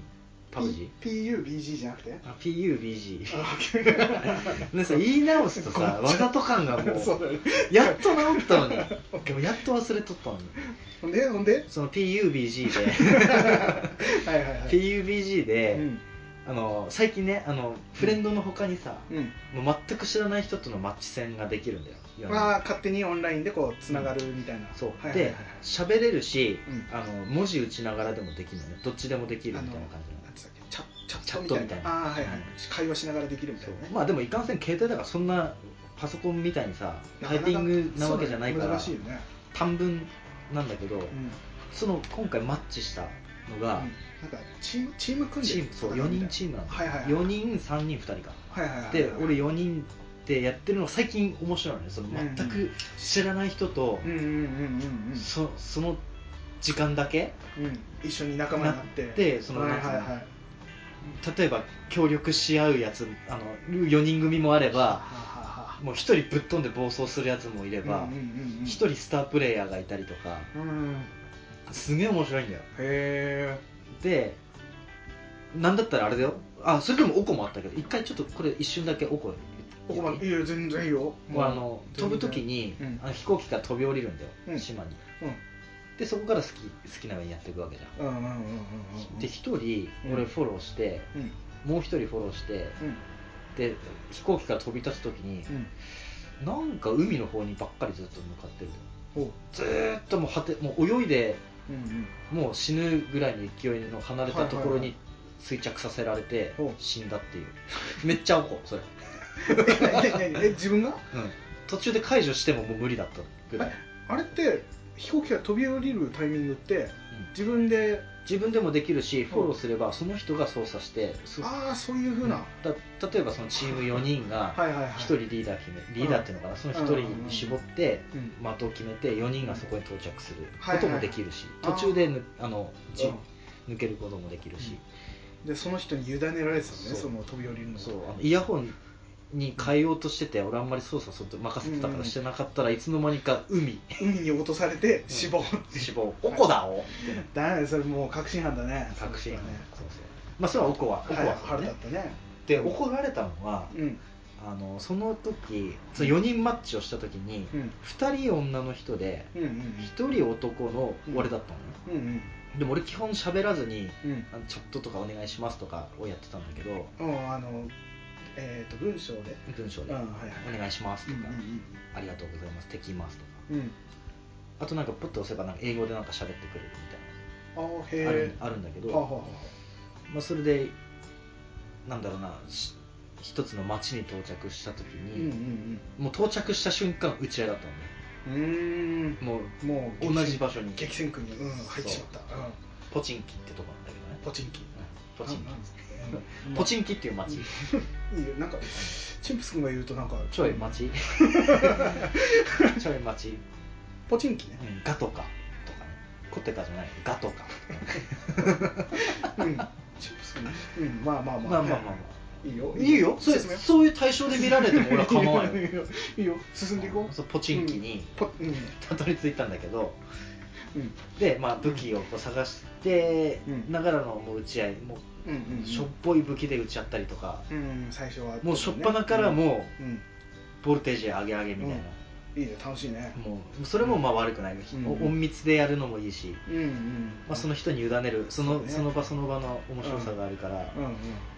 Speaker 2: パブ G
Speaker 1: ?PUBG じゃなくて
Speaker 2: あ PUBG
Speaker 1: あ OK
Speaker 2: なんか言い直すとさ
Speaker 1: ごっ
Speaker 2: わ
Speaker 1: ちゃ
Speaker 2: ざと感がも う
Speaker 1: そうだね
Speaker 2: やっと治った のにでもやっと忘れとったのに
Speaker 1: ほんでほん で
Speaker 2: その PUBG で
Speaker 1: はいはいはい
Speaker 2: PUBG で、
Speaker 1: うん
Speaker 2: あの最近ねあのフレンドの他にさ、
Speaker 1: うん
Speaker 2: もう全く知らない人とのマッチ戦ができるんだよ世の中
Speaker 1: まあ勝手にオンラインでこうつながるみたいな、
Speaker 2: そう、
Speaker 1: はいはいはい
Speaker 2: で喋れるし、
Speaker 1: うん
Speaker 2: あの文字打ちながらでもできるのねどっちでもできるみたいな感じ
Speaker 1: な
Speaker 2: な
Speaker 1: ん
Speaker 2: の
Speaker 1: つったっけチャチャ
Speaker 2: チャ
Speaker 1: ッ
Speaker 2: ッ
Speaker 1: ト
Speaker 2: ト
Speaker 1: み
Speaker 2: み
Speaker 1: たい
Speaker 2: たい
Speaker 1: な
Speaker 2: な
Speaker 1: ああはいはい会話しながらできるみたいなね
Speaker 2: まあでもいかんせん携帯だからそんなパソコンみたいにさタイピングなわけじゃないか
Speaker 1: そうだ
Speaker 2: ら
Speaker 1: ね難しいよね
Speaker 2: 短文なんだけど、
Speaker 1: うん
Speaker 2: その今回マッチしたの
Speaker 1: うん
Speaker 2: が、
Speaker 1: なんかチームチーム組ん
Speaker 2: チ
Speaker 1: で
Speaker 2: ームそう4人チームなの、
Speaker 1: はいはいはい
Speaker 2: 4人3人2人か
Speaker 1: ームはいはいはい
Speaker 2: で俺4人でやってるのが最近面白いのねその全く知らない人と、
Speaker 1: うんうんうん
Speaker 2: そその時間だけ
Speaker 1: うんうんうん一緒に仲間になって
Speaker 2: なってその
Speaker 1: はいは
Speaker 2: ないんか
Speaker 1: はい
Speaker 2: 例えば協力し合うやつあの4人組もあれば
Speaker 1: は
Speaker 2: もう1人ぶっ飛んで暴走するやつもいれ
Speaker 1: あはあ
Speaker 2: ば、
Speaker 1: 1
Speaker 2: 1人スタープレイヤーがいたりとか
Speaker 1: うん
Speaker 2: すげえ面白いんだよ
Speaker 1: へえ
Speaker 2: でなんだったらあれだよあそれでもオコもあったけど一回ちょっとこれ一瞬だけオコ
Speaker 1: ここまでいや全然いいよ
Speaker 2: こうあの飛ぶ時に、
Speaker 1: うん
Speaker 2: あの飛行機から飛び降りるんだよ、
Speaker 1: うん
Speaker 2: 島に
Speaker 1: う
Speaker 2: でそこから好き好きなようにやっていくわけじゃん
Speaker 1: んうんうんうんうんうん
Speaker 2: で1人俺フォローして、
Speaker 1: うん
Speaker 2: もう1人フォローして
Speaker 1: うん
Speaker 2: で飛行機から飛び立つ時に、
Speaker 1: うん
Speaker 2: なんか海の方にばっかりずっと向かってる
Speaker 1: おう
Speaker 2: ずーっともう果てもう泳いで
Speaker 1: うんう ん
Speaker 2: もう死ぬぐらいの勢いの離れたところ
Speaker 1: はいはいはい
Speaker 2: に衰着させられて
Speaker 1: お
Speaker 2: 死んだっていうめっちゃおこそれ、
Speaker 1: え何何え自分が
Speaker 2: うん、途中で解除してももう無理だったぐらい、
Speaker 1: あれって飛行機が飛び降りるタイミングって
Speaker 2: うん
Speaker 1: 自分で
Speaker 2: 自分でもできるしフォローすればその人が操作してそ
Speaker 1: ああそういうふうな、
Speaker 2: だ例えばそのチーム4人が
Speaker 1: はいはいはい
Speaker 2: 1人リーダー決めリーダーっていうのかなその1人に絞って
Speaker 1: うん
Speaker 2: 的を決めて4人がそこに到着する
Speaker 1: はい
Speaker 2: こ
Speaker 1: はい
Speaker 2: ともできるし
Speaker 1: あー
Speaker 2: 途中でぬあのじ
Speaker 1: うん
Speaker 2: 抜けることもできるし
Speaker 1: でその人に委ねられてたのね
Speaker 2: そう
Speaker 1: その飛び降りるの
Speaker 2: そうあのイヤホンに変えようとしてて俺あんまり操作そっと任せてたからしてなかったらいつの間にか海
Speaker 1: 海に落とされて死亡、
Speaker 2: 死亡おこだおってなって
Speaker 1: だねそれもう確信犯だね
Speaker 2: 確信
Speaker 1: そうだね
Speaker 2: そうそうまあそれはおこはおこ
Speaker 1: はい
Speaker 2: はそ
Speaker 1: 腹
Speaker 2: う
Speaker 1: 立
Speaker 2: ね
Speaker 1: ったね
Speaker 2: で怒られたのは
Speaker 1: うん
Speaker 2: あのその時その4人マッチをした時に
Speaker 1: うん
Speaker 2: 2人女の人で
Speaker 1: うんうん
Speaker 2: 1人男の俺だったのね、
Speaker 1: うんうん
Speaker 2: でも俺基本喋らずに
Speaker 1: うん
Speaker 2: あのちょっととかお願いしますとかをやってたんだけど
Speaker 1: うんあのえっ、と文章で
Speaker 2: 文章で
Speaker 1: うんはい
Speaker 2: お願いします
Speaker 1: うん
Speaker 2: と
Speaker 1: うん
Speaker 2: か、
Speaker 1: うん
Speaker 2: ありがとうございますできますとか
Speaker 1: うん
Speaker 2: あとなんかポッと押せばなんか英語でなんか喋ってくれるみ
Speaker 1: あー
Speaker 2: たいなある
Speaker 1: へえ
Speaker 2: あるんだけど
Speaker 1: はあはあは
Speaker 2: まあ、それでなんだろうなし一つの町に到着した
Speaker 1: あ
Speaker 2: 時
Speaker 1: うん
Speaker 2: に、
Speaker 1: うん
Speaker 2: もう到着した瞬間打ち合いだったのね
Speaker 1: うんうーん
Speaker 2: もう
Speaker 1: もう
Speaker 2: 同じ場所に
Speaker 1: 激戦区に、うん、入ってしまった、うん、
Speaker 2: ポチンキってとこなんだけどね
Speaker 1: ポチンキ
Speaker 2: ポチンキ
Speaker 1: うん
Speaker 2: ポチンキっていう 町
Speaker 1: いいよなんかチンプス君が言うとなんか
Speaker 2: ちょい 町ちょい町、うん
Speaker 1: ポチンキね、
Speaker 2: ガとかとかねコテカじゃないガとか
Speaker 1: うん、チップスね。うん、まあまあまあ。
Speaker 2: まあまあまあま
Speaker 1: いいよ。
Speaker 2: あいいよそういう
Speaker 1: 進め
Speaker 2: そういう対象で見られても俺は構 わない
Speaker 1: い
Speaker 2: よ
Speaker 1: いよ。 いいよ。進んでいこう。
Speaker 2: そうポチンキに
Speaker 1: ポうん。
Speaker 2: たどり着いたんだけど、
Speaker 1: うん。
Speaker 2: で、まあ、武器をこう探して、
Speaker 1: うん
Speaker 2: ながらのもう打ち合いも
Speaker 1: うんうんうん。
Speaker 2: うしょっぽい武器で打ち合ったりとか、
Speaker 1: うん、最初は、
Speaker 2: もう初っ端からも
Speaker 1: うん。うん。
Speaker 2: うボルテージ上げ上げみたいな、
Speaker 1: いいね、楽しいね。
Speaker 2: もうそれもまあ悪くない、
Speaker 1: ん
Speaker 2: お隠密でやるのもいいし、
Speaker 1: うんうん。
Speaker 2: まあ、その人に委ねるその
Speaker 1: そうね
Speaker 2: その場その場の面白さがあるから
Speaker 1: うんうん。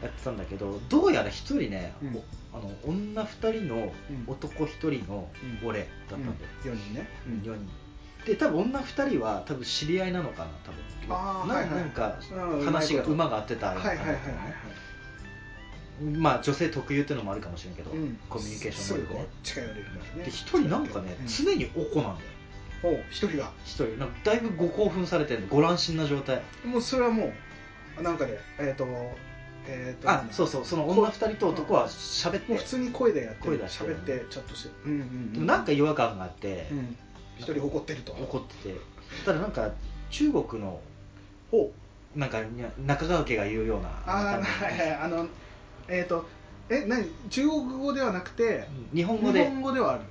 Speaker 2: やってたんだけど、どうやら1人ね、
Speaker 1: うん
Speaker 2: おあの女2人の
Speaker 1: うん
Speaker 2: 男1人の
Speaker 1: うん
Speaker 2: 俺だったんだよ、
Speaker 1: 4人ね。
Speaker 2: 4人で多分女2人は多分知り合いなのかな多分
Speaker 1: あー
Speaker 2: な
Speaker 1: はいはい
Speaker 2: なんか
Speaker 1: うん
Speaker 2: 話が
Speaker 1: うまいこ
Speaker 2: 馬
Speaker 1: と
Speaker 2: が合ってた
Speaker 1: は
Speaker 2: よ
Speaker 1: いう
Speaker 2: な
Speaker 1: はい
Speaker 2: 感
Speaker 1: はい
Speaker 2: じだ
Speaker 1: はい
Speaker 2: ったよねまあ女性特有っていうのもあるかもしれんけど、
Speaker 1: はい。うん。
Speaker 2: コミュニケーション能力
Speaker 1: すぐ近
Speaker 2: ね
Speaker 1: 寄れるからね
Speaker 2: で。一人なんかね、
Speaker 1: うん
Speaker 2: 常におこなんだよ
Speaker 1: おう一人が。
Speaker 2: 一人なんかだいぶご興奮されてるのご乱心な状態
Speaker 1: もうそれはもう、なんかで、えっと、えっと、
Speaker 2: あそうそうその女2人と男は喋って
Speaker 1: もう普通に声でやって
Speaker 2: 声
Speaker 1: る
Speaker 2: 出してる
Speaker 1: 喋ってチャットしてうんうん
Speaker 2: でもなんか違和感があって、
Speaker 1: うん一人怒ってると
Speaker 2: 怒っててただなんか中国の
Speaker 1: ほ
Speaker 2: なんかにゃ中川家が言うような
Speaker 1: あ
Speaker 2: なん
Speaker 1: あ
Speaker 2: か
Speaker 1: はいはいあのえっ、とえ何中国語ではなくて
Speaker 2: うん日本語
Speaker 1: 日
Speaker 2: で
Speaker 1: 本語ではある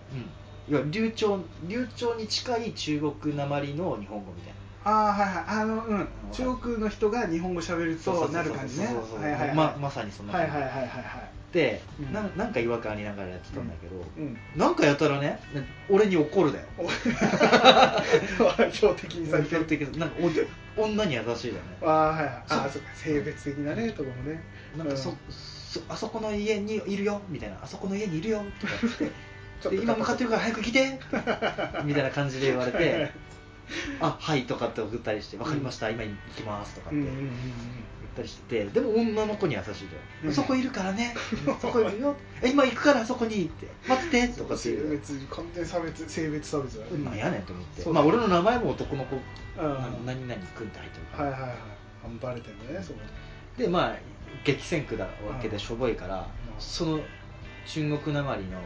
Speaker 2: うん、いや流暢流暢に近い中国なまりの日本語みたいな
Speaker 1: ああはいはいあのうん中国の人が日本語喋るとなる感じね
Speaker 2: そうそうそうそう
Speaker 1: はいはいはい
Speaker 2: ままさにそんな
Speaker 1: は
Speaker 2: 感
Speaker 1: い
Speaker 2: じ
Speaker 1: はいはいはいはい
Speaker 2: で、
Speaker 1: うん
Speaker 2: ななんか違和感ありながらやってたんだけど、
Speaker 1: うん
Speaker 2: なんかやたらねな俺に怒るだよ
Speaker 1: お標的にされて
Speaker 2: 基本
Speaker 1: る
Speaker 2: 的になんかお女に優しいだよね
Speaker 1: ああはいはいあ
Speaker 2: そ
Speaker 1: ー
Speaker 2: う
Speaker 1: そうか性別的なねとこもね
Speaker 2: なんかそ、
Speaker 1: うん
Speaker 2: そあそこの家にいるよみたいなあそこの家にいるよとか っつ
Speaker 1: ち
Speaker 2: って
Speaker 1: ょっと
Speaker 2: で今向かってるから早く 来てみたいな感じで言われてあはいとかって送ったりして分かりました、今行きますとかっ
Speaker 1: う
Speaker 2: て、
Speaker 1: んうんうんうん
Speaker 2: 言ったりしててでも女の子には優しいじゃん、
Speaker 1: うん
Speaker 2: そこいるから ねそこいるよえ今行くからそこにって待っててとかって
Speaker 1: 性
Speaker 2: 言う
Speaker 1: 別完全差別性別差別だね
Speaker 2: なんやねんと思って
Speaker 1: そう
Speaker 2: まあ俺の名前も男の子
Speaker 1: うん
Speaker 2: な何々くんって入ってるか
Speaker 1: はい
Speaker 2: ら、
Speaker 1: はいはいあバレてるんだねそこ
Speaker 2: でまあ激戦区だわけでしょぼいか
Speaker 1: う
Speaker 2: ら、
Speaker 1: ん
Speaker 2: その中国なまりの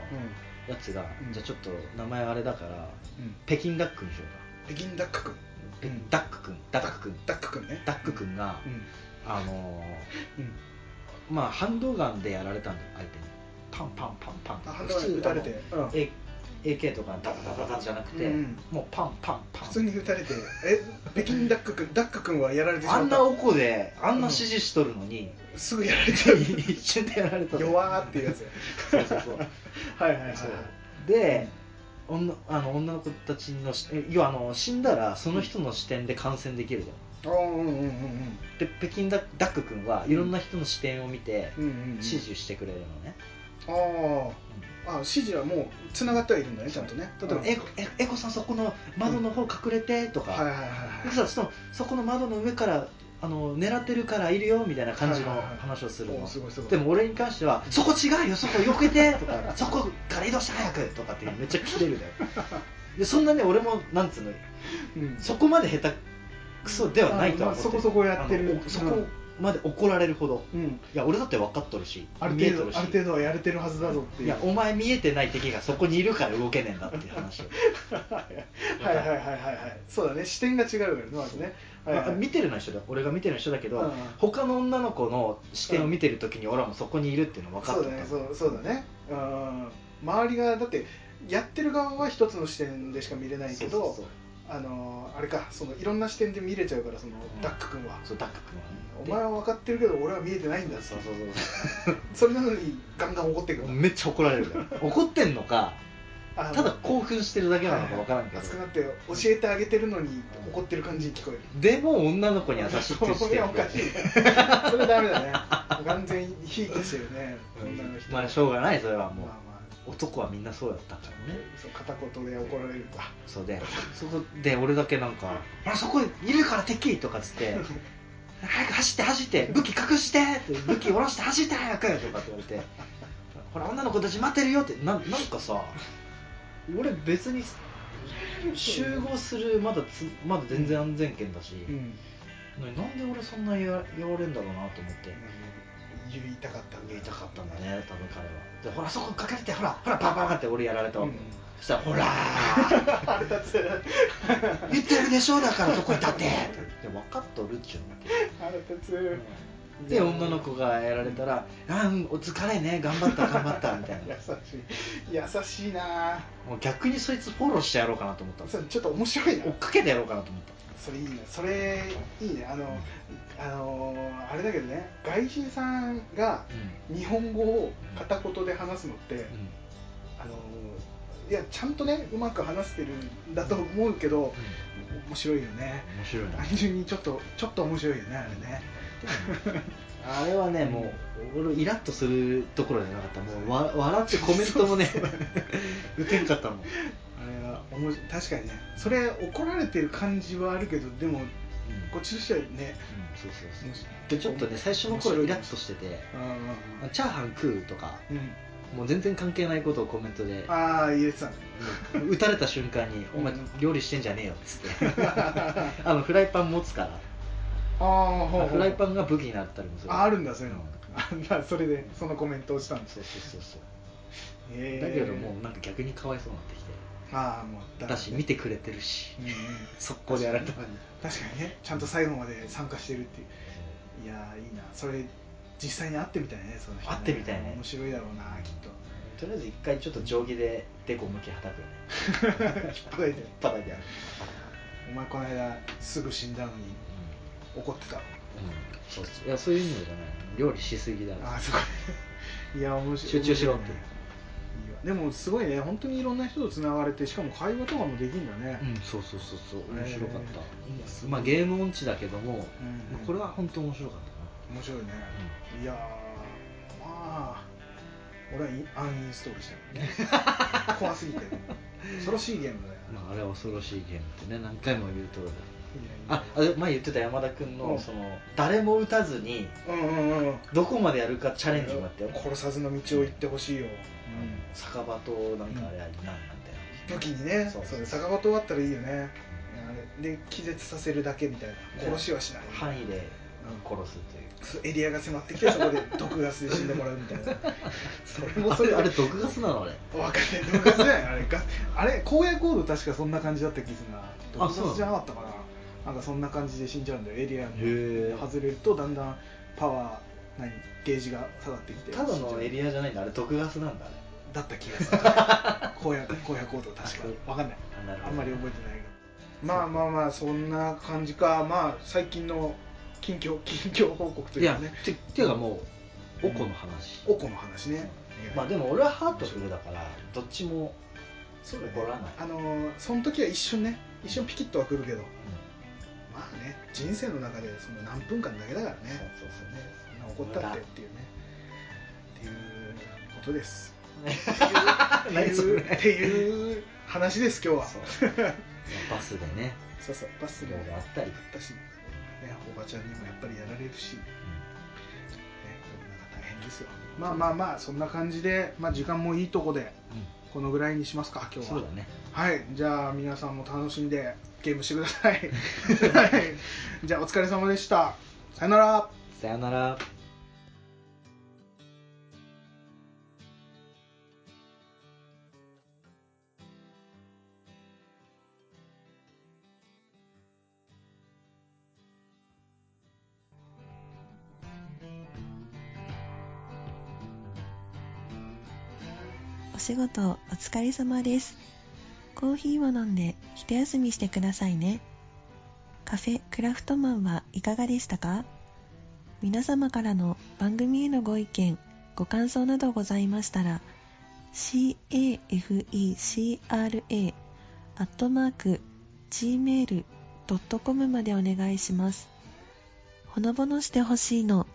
Speaker 1: う
Speaker 2: やつが、
Speaker 1: うん
Speaker 2: じゃあちょっと名前あれだから
Speaker 1: んうん
Speaker 2: 北京ダックにしよ
Speaker 1: 北京ダック君
Speaker 2: うか、ぺ
Speaker 1: うん
Speaker 2: ダックくんダックくん
Speaker 1: ダック君ね
Speaker 2: ダックくんが、
Speaker 1: うん
Speaker 2: あの
Speaker 1: うん
Speaker 2: ーまあハンドガンでやられたんだよ相手にパンパンパンパンって
Speaker 1: あハンドガン撃たれてうん
Speaker 2: A- AK とかダダダダダじゃなくて、
Speaker 1: うん
Speaker 2: もうパンパンパン
Speaker 1: 普通に撃たれてえ北京ダック君ダック君はやられてし
Speaker 2: あ
Speaker 1: まっ
Speaker 2: ん
Speaker 1: た
Speaker 2: なおこであんな指示しとるのに、
Speaker 1: すぐやられちゃう
Speaker 2: 一瞬でやられたの
Speaker 1: 弱ーっていうやつ
Speaker 2: そうそうそう
Speaker 1: はいはいはい
Speaker 2: そうで女あの女の子たちのしえ要はあの死んだらその人の視点で観戦できるじゃん
Speaker 1: あーうんうんうんうん
Speaker 2: で北京ダックダック君はいろんな人の視点を見て
Speaker 1: うんうんうん
Speaker 2: 指示してくれるのね、
Speaker 1: あーあ指示はもう繋がってはいるんだねちゃんとね
Speaker 2: 例えば
Speaker 1: うん
Speaker 2: えこえ「えこさんそこの窓の方隠れて」とか、
Speaker 1: はいはいはい
Speaker 2: で
Speaker 1: は
Speaker 2: さそのそこの窓の上からあの狙ってるからいるよみたいな感じの話をするの、
Speaker 1: はいはいはいおすごいすごい
Speaker 2: でも俺に関しては「そこ違うよそこよけて」とか「そこから移動して早く」とかってめっちゃ切 れるだよでそんなね俺もなんつうの
Speaker 1: いうん
Speaker 2: そこまで下手くそではないと
Speaker 1: あま
Speaker 2: は思ってる
Speaker 1: あそこそこやってる
Speaker 2: あのおそこまで怒られるほど
Speaker 1: うん
Speaker 2: いや俺だって分かっとるし
Speaker 1: ある
Speaker 2: 見えと
Speaker 1: 程度
Speaker 2: るし
Speaker 1: ある程度はやれてるはずだぞって
Speaker 2: い
Speaker 1: いう
Speaker 2: やお前見えてない敵がそこにいるから動けねえんだっていう話を
Speaker 1: はいはいはいはいはいそうだね視点が違うからねまずねはいはい
Speaker 2: あ見てるのは一緒だ俺が見てるのは一緒だけど、
Speaker 1: うんうん
Speaker 2: 他の女の子の視点を見てる時に俺はもうそこにいるっていうの分かっ
Speaker 1: そ
Speaker 2: て
Speaker 1: う
Speaker 2: た
Speaker 1: だねそうそうだねうん周りがだってやってる側は一つの視点でしか見れないけど
Speaker 2: そうそう
Speaker 1: あのーあれかそのいろんな視点で見れちゃうからその、
Speaker 2: ん
Speaker 1: ダック君は
Speaker 2: そうダック君はね
Speaker 1: お前は分かってるけど俺は見えてないんだ
Speaker 2: でそうそうそう
Speaker 1: それなのにガンガン怒ってく
Speaker 2: そう
Speaker 1: る
Speaker 2: めっちゃ怒られるから怒ってんのか
Speaker 1: あの
Speaker 2: ただ興奮してるだけなのか分からんけど、
Speaker 1: 熱くなって教えてあげてるのに怒ってる感じに聞こえる
Speaker 2: でも女の子に優しいっていう視
Speaker 1: それ
Speaker 2: 点
Speaker 1: はお かしい それダメだね完全にひいきしてるね
Speaker 2: うん
Speaker 1: 女の人
Speaker 2: まあしょうがないそれはも
Speaker 1: まあ
Speaker 2: う
Speaker 1: まあ
Speaker 2: 男はみんなそうやったからね
Speaker 1: そう片言で怒られるか
Speaker 2: そう でそこで俺だけなんか「ほらそこいるから敵!」とかっつ って「早く走って走って武器隠して!」って武器下ろして走って早く!」とかって言われて「ほら女の子たち待ってるよ」ってななんかさ俺別に集合するまだつまだ全然安全圏だし、
Speaker 1: うん
Speaker 2: なんで俺そんな言わ言われるんだろうなと思って
Speaker 1: 言いたかったんだ
Speaker 2: 言いたかったんだね多分彼はでほらそこかけてほらほらパンパンパンって俺やられたわけ、
Speaker 1: うん
Speaker 2: そしたらほら ー
Speaker 1: 腹立つ
Speaker 2: 言ってるでしょだからどこに立ってで分かっとるっちゅう
Speaker 1: 腹立つ、
Speaker 2: ので女の子がやられたら「あうんお疲れね頑張った頑張った」みたいな
Speaker 1: 優しい優しいな
Speaker 2: もう逆にそいつフォローしてやろうかなと思った
Speaker 1: それちょっと面白いな
Speaker 2: 追っかけてやろうかなと思った
Speaker 1: それいいねそれいいねあのあのあれだけどね外人さんが
Speaker 2: う
Speaker 1: 日本語を片言で話すのって、
Speaker 2: ん、
Speaker 1: あのいやちゃんとねうまく話してるんだと思うけど、面白いよね
Speaker 2: 面白いな
Speaker 1: 単純にちょっとちょっと面白いよねあれね
Speaker 2: あれはねもう俺イラッとするところじゃなかったもうわ笑ってコメントもね打てんかったもん
Speaker 1: あれはおもし確かにねそれ怒られてる感じはあるけどでもこっちとしてはね
Speaker 2: うんそうそう
Speaker 1: 面
Speaker 2: そ
Speaker 1: 白いう
Speaker 2: でちょっとね最初の頃イラッとしてて
Speaker 1: うんうん
Speaker 2: 「チャーハン食う」とか
Speaker 1: うんうん
Speaker 2: もう全然関係ないことをコメントで
Speaker 1: ああ入れてたね
Speaker 2: うん打たれた瞬間に「
Speaker 1: うん
Speaker 2: お前料理してんじゃねえよ」っつって あのフライパン持つから
Speaker 1: ああほうほう
Speaker 2: フライパンが武器になったりもする
Speaker 1: ああるんだそういうの
Speaker 2: うん
Speaker 1: あんだそれでそのコメントをしたんです
Speaker 2: そうそうそうそう
Speaker 1: へー
Speaker 2: だけどもうなんか逆にかわいそうになってきて
Speaker 1: ああもう
Speaker 2: だし見てくれてるし
Speaker 1: うんうん
Speaker 2: 速攻でやられたのに
Speaker 1: 確かにねちゃんと最後まで参加してるっていういやーいいなそれ実際に会ってみたいねその人ね
Speaker 2: 会ってみたいね
Speaker 1: 面白いだろうなきっと
Speaker 2: とりあえず一回ちょっと定規でデコ向きはたくよね
Speaker 1: 引っ張られて
Speaker 2: 叩いてやる
Speaker 1: お前この間すぐ死んだのに怒ってた
Speaker 2: うん、そうそういやそういうのじゃない料理しすぎだ
Speaker 1: ああすごい いや面白い
Speaker 2: 集中しろって
Speaker 1: 面白いねいいわでもすごいね本当にいろんな人とつながれてしかも会話とかもできるんだね
Speaker 2: うんそうそうそうそう面白かった、
Speaker 1: えーいいですね
Speaker 2: まあゲーム音痴だけども、
Speaker 1: うんうん
Speaker 2: これは本当面白かっ
Speaker 1: 面白いね、いやーまあ俺はいアンインストールしたけどね 怖すぎて恐ろしいゲームだよ
Speaker 2: たな、まあ、あれは恐ろしいゲームってね何回も言うとりだ
Speaker 1: いや
Speaker 2: ああで前言ってた山田君の,、
Speaker 1: うん
Speaker 2: その誰も打たずに
Speaker 1: うんうんうん
Speaker 2: どこまでやるかチャレンジもあってよ、
Speaker 1: 殺さずの道を行ってほしいよ、
Speaker 2: 酒場となんかあれは何なんだよ、
Speaker 1: 武器にね
Speaker 2: そ
Speaker 1: そうう酒場とあったらいいよねいやあれで気絶させるだけみたいな
Speaker 2: ね
Speaker 1: 殺しはしない、
Speaker 2: 範囲で殺すという、
Speaker 1: エリアが迫ってきてそこで毒ガスで死んでもらうみたい なそれも
Speaker 2: あ
Speaker 1: それで
Speaker 2: れ あれ毒ガスなのあれ
Speaker 1: わかんない毒ガスじゃないあれガスあれ荒野コード確かそんな感じだった気がするな毒
Speaker 2: そうな
Speaker 1: ガ
Speaker 2: の
Speaker 1: スじゃなかったかななんかそんな感じで死んじゃうんだよエリア
Speaker 2: へ
Speaker 1: に
Speaker 2: ー
Speaker 1: 外れるとだんだんパワー何ゲージが下がってきて
Speaker 2: ただのエ
Speaker 1: ア
Speaker 2: リアじゃないんだあれ毒ガスなんだあれ
Speaker 1: だった気がする荒野荒野コード確かわかんない
Speaker 2: あなるほど
Speaker 1: あんまり覚えてないけどまあまあまあそんな感じかまあ最近の近況近況報告と
Speaker 2: い
Speaker 1: いう
Speaker 2: や
Speaker 1: かね
Speaker 2: てていうかもうおこの話、
Speaker 1: おこの話ね
Speaker 2: まあでも俺はハートフルだからどっちも、
Speaker 1: そうだね
Speaker 2: 怒らない
Speaker 1: あのーその時は一瞬ね一瞬ピキッとはくるけどまあね人生の中でその何分間だけだから
Speaker 2: そう
Speaker 1: ね
Speaker 2: そうそうね
Speaker 1: そんな怒ったってっていうねっていうことですって
Speaker 2: 何そ
Speaker 1: いう
Speaker 2: れ
Speaker 1: っていう話です今日は
Speaker 2: そ
Speaker 1: そうう
Speaker 2: バスでね
Speaker 1: そうバス
Speaker 2: い
Speaker 1: で
Speaker 2: ろ
Speaker 1: も
Speaker 2: いろあ
Speaker 1: やっ
Speaker 2: ったり、
Speaker 1: たし、ね、おばちゃんにもやっぱりやられるしね、なんか大変ですよ。まあまあまあ、そんな感じで、まあ時間もいいとこで、このぐらいにしますか、今日
Speaker 2: そ
Speaker 1: は。
Speaker 2: うだね
Speaker 1: はい、じゃあ皆さんも楽しんでゲームしてくだ さい。はい、じゃあお疲れ様でした。さよなら。
Speaker 2: さよなら
Speaker 3: お仕事お疲れ様です。コーヒーを飲んで一休みしてくださいね。カフェクラフトマンはいかがでしたか皆様からの番組へのご意見、ご感想などございましたら、cafecra.gmail.com までお願いします。ほのぼのしてほしいの